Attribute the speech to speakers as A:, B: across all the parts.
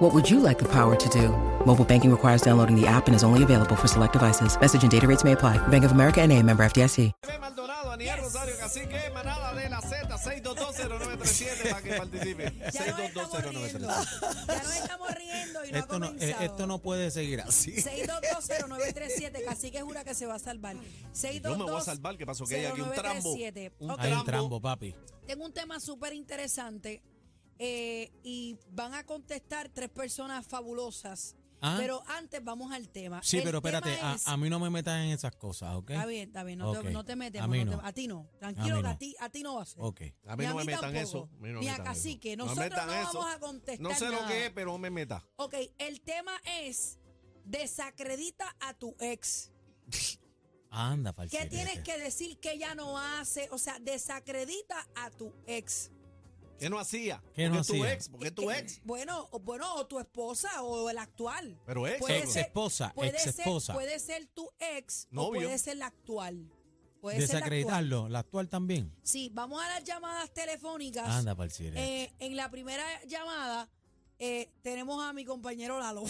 A: What would you like the power to do? Mobile banking requires downloading the app and is only available for select devices. Message and data rates may apply. Bank of America and a member FDIC.
B: Bebé Maldonado, Aniel Rosario, Cacique, Manada de la Z, 6220937 para que participe.
C: Ya nos estamos riendo.
B: 6220937.
C: Ya nos estamos riendo y no
D: Esto
C: ha
D: no, eh,
C: comenzado.
D: esto no puede seguir así.
C: 6220937, casi que jura que se va a salvar. 6220937.
B: Yo me voy a salvar, ¿qué pasó? Que hay aquí un trambo. Un
C: Ok,
D: Hay
B: trambo.
D: un trambo, papi.
C: Tengo un tema súper interesante eh, y van a contestar tres personas fabulosas.
D: Ah.
C: Pero antes vamos al tema.
D: Sí,
C: El
D: pero
C: tema
D: espérate, a,
C: es-
D: a mí no me metas en esas cosas, ¿ok?
C: Está bien, está bien, no,
D: Ok.
C: te, no te metemos.
D: A mí
C: no te-
D: no.
C: a ti no. Tranquilo,
D: mí
C: que a
D: no.
C: ti, a ti no va a ser.
D: Ok.
B: A mí
C: Ni
B: no me metan
C: tampoco,
B: eso. mí no
C: ni
B: me
C: a
B: metan
C: Cacique.
B: eso.
C: Nosotros
B: metan
C: no
B: eso.
C: vamos a contestar
B: No sé lo
C: nada.
B: que es, pero no me meta.
C: Ok, el tema es desacredita a tu ex.
D: Anda,
C: ¿Qué
D: falsete.
C: tienes que decir que ya no hace? O sea, desacredita a tu ex.
B: ¿Qué no hacía?
D: ¿Qué
B: ¿Por
D: no
B: tu
D: hacía?
B: ex? ¿Por qué tu ex?
C: Bueno, o, bueno, o tu esposa o el actual.
B: Pero ex,
C: Puede
B: ex
C: ser-
D: esposa,
C: puede
D: ex
C: ser-
D: esposa.
C: Puede ser tu ex o
B: Novio.
C: puede ser la actual. Puede Ser la actual.
D: Desacreditarlo, la actual también.
C: Sí, vamos a las llamadas telefónicas.
D: Anda, falsete.
C: Eh, en la primera llamada eh, tenemos a mi compañero Lalo.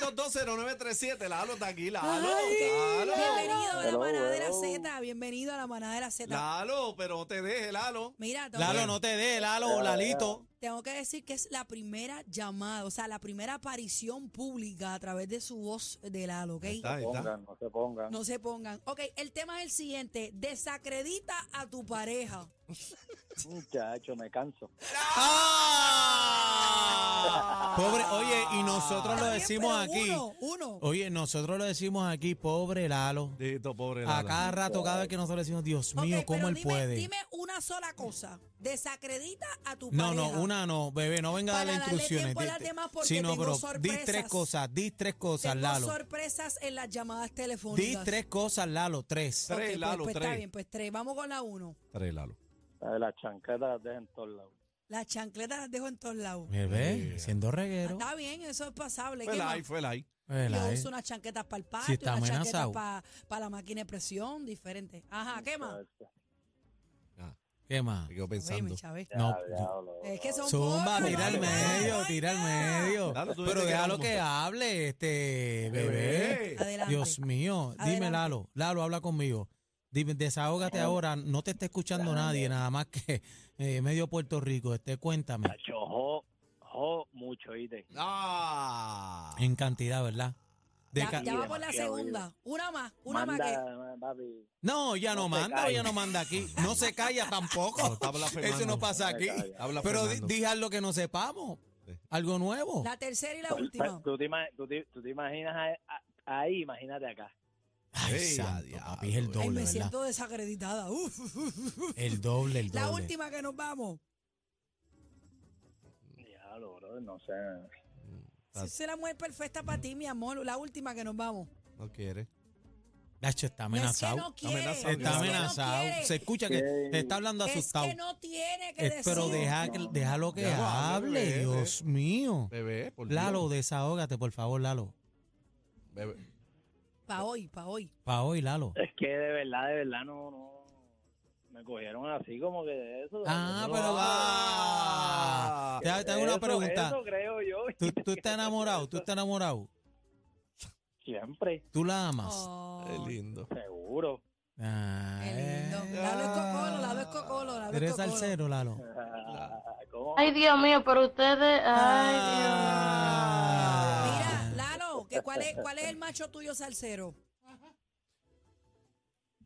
B: 6220937, la halo está aquí, la halo. La halo.
C: Bienvenido a la manada de la Z. Bienvenido a la manada de la Z.
B: La halo, pero te deje, la halo.
C: Mira, tengo,
D: Lalo,
C: que,
D: no te dé, Lalo, Lalito.
C: tengo que decir que es la primera llamada, o sea, la primera aparición pública a través de su voz de Lalo, ¿ok?
B: Ahí está, ahí está.
E: pongan, no se pongan.
C: No se pongan. Ok, el tema es el siguiente. Desacredita a tu pareja.
E: Muchacho, me canso.
D: Pobre, oye, y nosotros lo
C: Está bien,
D: decimos
C: pero
D: aquí. "Oh,
C: Uno, uno.
D: Oye, nosotros lo decimos aquí, pobre Lalo.
B: Dito, pobre
D: A
B: Lalo.
D: cada rato, cada vez que nosotros decimos, Dios
C: Ok,
D: mío,
C: pero
D: ¿cómo él
C: dime,
D: puede?
C: Dime una sola cosa. Desacredita a tu
D: No,
C: pareja.
D: no, una no, bebé, no venga a
C: Para
D: darle
C: darle
D: instrucciones.
C: tiempo a
D: Di-
C: las demás porque
D: sí, no,
C: tengo
D: pero di
C: sorpresas.
D: tres cosas, di tres cosas,
C: Tengo
D: Lalo.
C: sorpresas en las llamadas
D: Di
C: telefónicas.
D: tres cosas, Lalo, tres.
C: Ok,
B: Tres,
C: pues-
B: Lalo,
C: pues Está
B: tres.
C: bien, pues tres. Vamos con la uno.
B: Tres, Lalo.
E: La de las chancletas las dejen en todos lados.
C: Las chancletas las dejo en todos lados.
D: Bebé, siendo reguero.
C: Está bien, eso es
B: Fue
C: pasable.
D: Pues,
C: ¿Qué
B: la
C: más?
B: ahí, fue la ahí.
D: Vela,
C: Yo
D: eh.
C: uso unas chanquetas para el patio,
D: Si está
C: unas chanquetas
D: amenazado.
C: para la máquina de presión, diferente. Ajá, ¿qué más?
E: Muchacho, este,
D: ¿Qué más?
B: Me quedo
C: Oíme,
B: pensando.
C: Chávez.
E: ya,
D: No, pues,
E: diablo.
C: Es que son
D: Zumba,
C: pocos,
D: tira al
C: no hay
D: medio,
C: más,
D: tira
C: no
D: al
C: hay más.
D: medio.
B: Lalo, tú
D: Pero
B: dijiste que era
D: déjalo
B: un
D: que
B: montón.
D: hable, este bebé.
B: Bebé.
C: Adelante.
D: Dios mío, dime
C: Adelante.
D: Lalo, Lalo, habla conmigo. Dime, desahógate ahora, no te está escuchando nadie, nada más que eh, medio Puerto Rico. Este, cuéntame.
E: Muchacho, jo, jo, mucho, ¿oíste?
B: Ah.
D: En cantidad, ¿verdad? De
C: Ya,
D: ca-
C: ya va por la
E: Demasiado,
C: segunda. Una más, una
E: Manda, eh,
C: más que.
E: papi.
D: No, ya no,
E: No se
D: manda,
E: calla.
D: ya no manda aquí. No se calla
B: No,
D: tampoco.
B: está blasfemando.
D: Eso no pasa aquí.
E: No se calla.
B: Habla
D: Pero di-
B: Fernando.
D: dija lo que no sepamos.
B: Sí.
D: Algo nuevo.
C: La tercera y la última.
E: Tú te, ima- tú te- tú te imaginas a- a- ahí, imagínate acá.
D: Ay,
B: Ey,
D: santo,
B: diablo,
D: papi, es el
B: eh.
C: Ay,
D: doble,
C: me
D: ¿verdad?
C: siento desacreditada. Uf, uf, uf, uf.
D: El doble, el doble.
C: La última que nos vamos.
E: Diablo, bro, no sé.
B: Ah.
C: Si es la mujer perfecta para ti, mi amor. La última que nos vamos.
B: No quiere.
D: Nacho está
C: No es que
D: amenazado.
C: no quiere.
B: Amenazado.
C: es que no
D: Está amenazado.
C: quiere,
D: Se escucha que
E: Ey.
D: te está hablando
C: Es
D: asustado.
C: que no tiene que
D: Eh,
C: decir.
D: Pero deja, que-
E: No.
D: déjalo que
B: Ya, vale,
D: hable,
B: bebé.
D: Dios mío.
B: Bebé, por
D: Lalo,
B: eh, Dios.
D: desahógate, por favor, Lalo.
B: Bebé.
C: Pa' hoy, pa' hoy.
D: Pa' hoy, Lalo.
B: Eh,
E: Es que de verdad, de verdad, no, no. Me cogieron así como que de eso.
D: Ah,
E: Yo no-
D: pero va.
B: Ah.
D: Te, te hago una
E: Eso-
D: pregunta.
E: Eso creo yo.
D: ¿Tú, tú estás enamorado, tú estás enamorado.
E: Siempre,
D: Tú la amas.
B: Qué
C: Oh,
B: lindo.
E: seguro.
D: Ah,
C: qué lindo.
D: eh.
C: Lalo es cocolo, Lalo es cocolo, Lalo es
D: Eres
C: cocolo.
D: salsero, Lalo.
E: Ah, ¿cómo?
F: Ay, Dios mío, pero ustedes. ah. Ay,
C: Mira,
D: Ah.
C: Lalo, que cuál, es, ¿cuál es el macho tuyo salsero?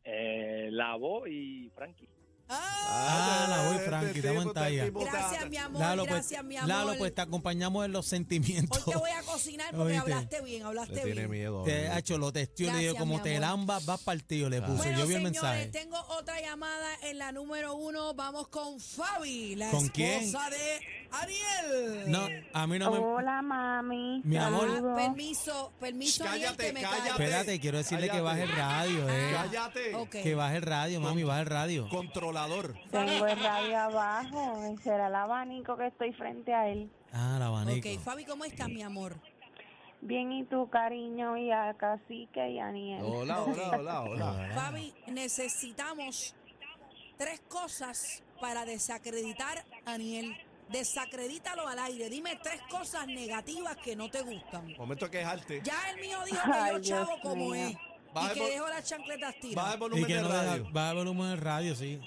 E: Eh, la voz y Frankie.
C: Ah,
D: Ah, la voy,
B: este
D: Frankie,
B: tipo,
D: estamos en
B: este
D: talla.
B: tipo está-
C: gracias, mi amor,
D: Lalo, pues,
C: gracias, mi amor.
D: Lalo, pues te acompañamos en los sentimientos.
C: Hoy te voy a cocinar porque
D: Oíste.
C: hablaste bien,
B: Le
C: hablaste
B: tiene
C: bien.
B: miedo.
D: Te
B: bebé.
D: ha hecho lo testió, le
C: Gracias,
D: digo, como
C: mi
D: te
C: amor.
D: lambas, vas partido, le puso.
C: Bueno,
D: Yo vi el
C: señores, este
D: mensaje.
C: tengo otra llamada en la número uno. Vamos con Fabi, la
D: ¿Con
C: esposa
D: quién?
C: de Ariel.
D: No, a mí no me.
G: Hola, mami.
D: Mi amor.
C: Ah,
G: Saludos.
C: pues, Permiso, permiso, Ariel,
B: Cállate,
C: que me callo.
B: cállate.
D: Espérate, quiero decirle que baje el radio, eh.
B: Cállate,
C: Ok.
D: Que baje el radio, mami, baje el radio.
B: controlador.
G: Tengo el radio abajo. Será el abanico que estoy frente a él.
D: Ah, el abanico.
C: Ok, Fabi, ¿cómo estás, mi amor?
G: Bien, y tú, cariño, y a Cacique y a Aniel.
B: Hola, hola, hola, hola.
C: Fabi,
G: Ah.
C: necesitamos tres cosas para desacreditar a Aniel. Desacredítalo al aire. Dime tres cosas negativas que no te gustan.
B: Momento de quejarte.
C: Ya el mío dijo que
G: Ay,
C: yo chavo
G: Dios
C: como
G: mío.
C: es.
B: Baja
C: Y
B: el
C: que
B: vol-
C: dejo las chancletas
B: Baja
C: tiradas.
B: el
D: Y
B: volumen
D: que
B: de
D: no deja-
B: radio.
D: baja el volumen del radio, sí.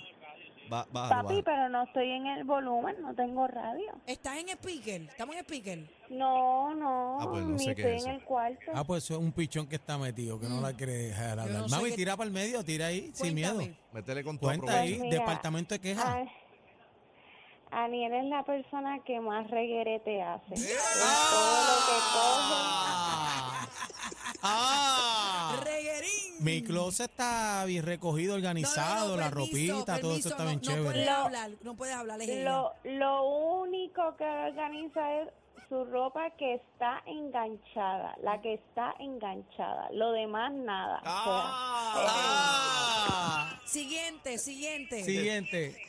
B: Ba- Bájalo,
G: Papi,
B: bájalo.
G: pero no estoy en el volumen, no tengo radio.
C: ¿Estás en speaker? ¿Estamos en speaker?
G: No, no,
B: Ah, pues no
G: ni
B: sé qué
G: estoy
B: es
G: en
B: eso.
G: el cuarto.
D: Ah, pues eso es un pichón que está metido, que no la quiere dejar hablar.
C: Mm. no sé
D: Mami,
C: qué-
D: tira para el medio, tira ahí, sin miedo.
C: Cuéntame.
B: Métele con todo.
D: Cuenta ahí,
G: Pues mira,
D: departamento de quejas.
G: Ay, Aniel es la persona que más reguerete hace.
D: Ah, ah,
C: Reguerín.
D: mi closet está bien recogido,
C: No, no, no,
D: organizado, la
C: permiso,
D: ropita, todo
C: permiso,
D: eso está
C: no-
D: bien
C: No
D: chévere.
C: puedes
G: Lo-
C: hablar, no puedes hablar. es ella.
G: Lo, lo único que organiza es su ropa que está enganchada, la que está enganchada. Lo demás, nada. O sea,
C: Ah,
G: eh,
C: Siguiente, siguiente.
D: Siguiente.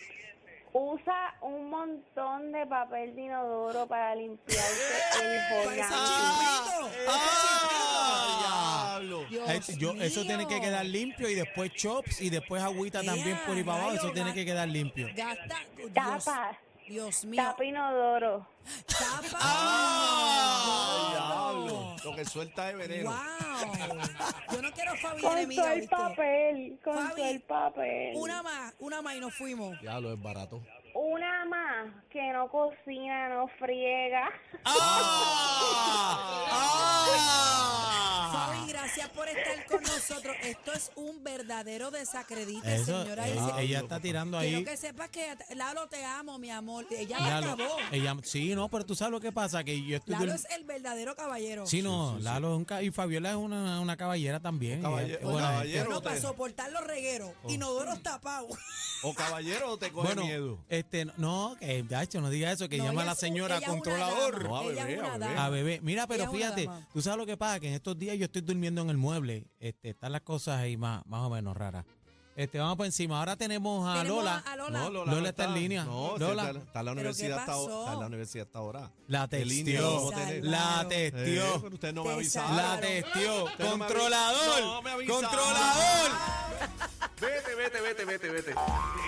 G: usa un montón de papel de inodoro para limpiarse
C: Eh,
G: el
C: Parece
G: jornal.
C: chispito.
B: ¡Ah! ¡Diablo!
C: Dios
D: Eh, yo- eso tiene que
C: mío.
D: quedar limpio y después chops y después agüita también
C: Ea,
D: por ahí para abajo.
C: rayo,
D: Eso tiene
C: va-
D: que quedar limpio.
C: Gasta. Dios,
G: Tapa,
C: Dios mío.
G: tapa inodoro.
C: Tapa.
B: ¡Ah!
C: No.
B: ¡Diablo! Lo que suelta es veneno.
C: Wow. Yo no quiero Fabi
G: Con todo
C: enemiga,
G: el
C: ¿viste?
G: papel, con
C: Fabi,
G: todo el papel.
C: Una más, una más y nos fuimos.
B: Diablo, es barato.
G: Una más que no cocina, no friega.
B: Ah.
D: Ah.
C: Fabi, gracias por estar con nosotros. Esto es un verdadero desacredite,
D: Eso,
C: señora.
D: ella,
C: Dice,
D: ella está tirando ahí.
C: quiero que sepas que Lalo te amo, mi amor. Ella la
D: Lalo,
C: acabó.
D: ella, sí, no, pero tú sabes lo que pasa, que yo estoy...
C: Lalo
D: durm-
C: es el verdadero caballero.
D: Sí, no, Lalo es un ca- y Fabiola es una, una caballera también.
B: Un caballe-
D: ella-
B: un
D: buena
B: caballero.
D: gente.
C: Bueno, para
B: te-
C: soportar los regueros,
D: Oh.
C: inodoros tapados.
B: O caballero o te coge
D: Bueno,
B: miedo.
D: este, no, que Dacho, no diga eso, que
C: No,
D: llama a
C: ella
D: la
C: es un-
D: señora
C: ella es una
D: controlador.
C: dama,
B: No, a
C: ella
B: bebé,
C: es una
B: a bebé.
C: dama.
D: A bebé. Mira, pero
C: Ella es una
D: fíjate,
C: dama.
D: tú sabes lo que pasa, que en estos días yo estoy durmiendo en el mueble. Este, están las cosas ahí más, más o menos raras. Este, vamos por encima. Ahora tenemos a
C: Tenemos
D: Lola.
C: a Lola.
D: Lola está en línea.
B: No, sí,
D: Lola.
B: Está, está en la
C: ¿Pero qué
B: universidad hasta ahora.
C: pasó?
B: Está en la universidad hasta ahora.
D: La
B: ¿Qué línea
D: textió.
B: vamos a tener?
D: La
C: Claro.
B: Eh,
D: testió.
B: pero usted no me
C: Te
B: avisa.
D: La
C: salvaron.
D: testió.
B: Usted no me avi-
D: Controlador.
B: No me avisaron.
D: Controlador.
H: Vete, vete, vete, vete, vete.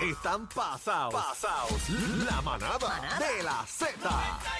H: Están pasados. Pasados. La manada de la Z.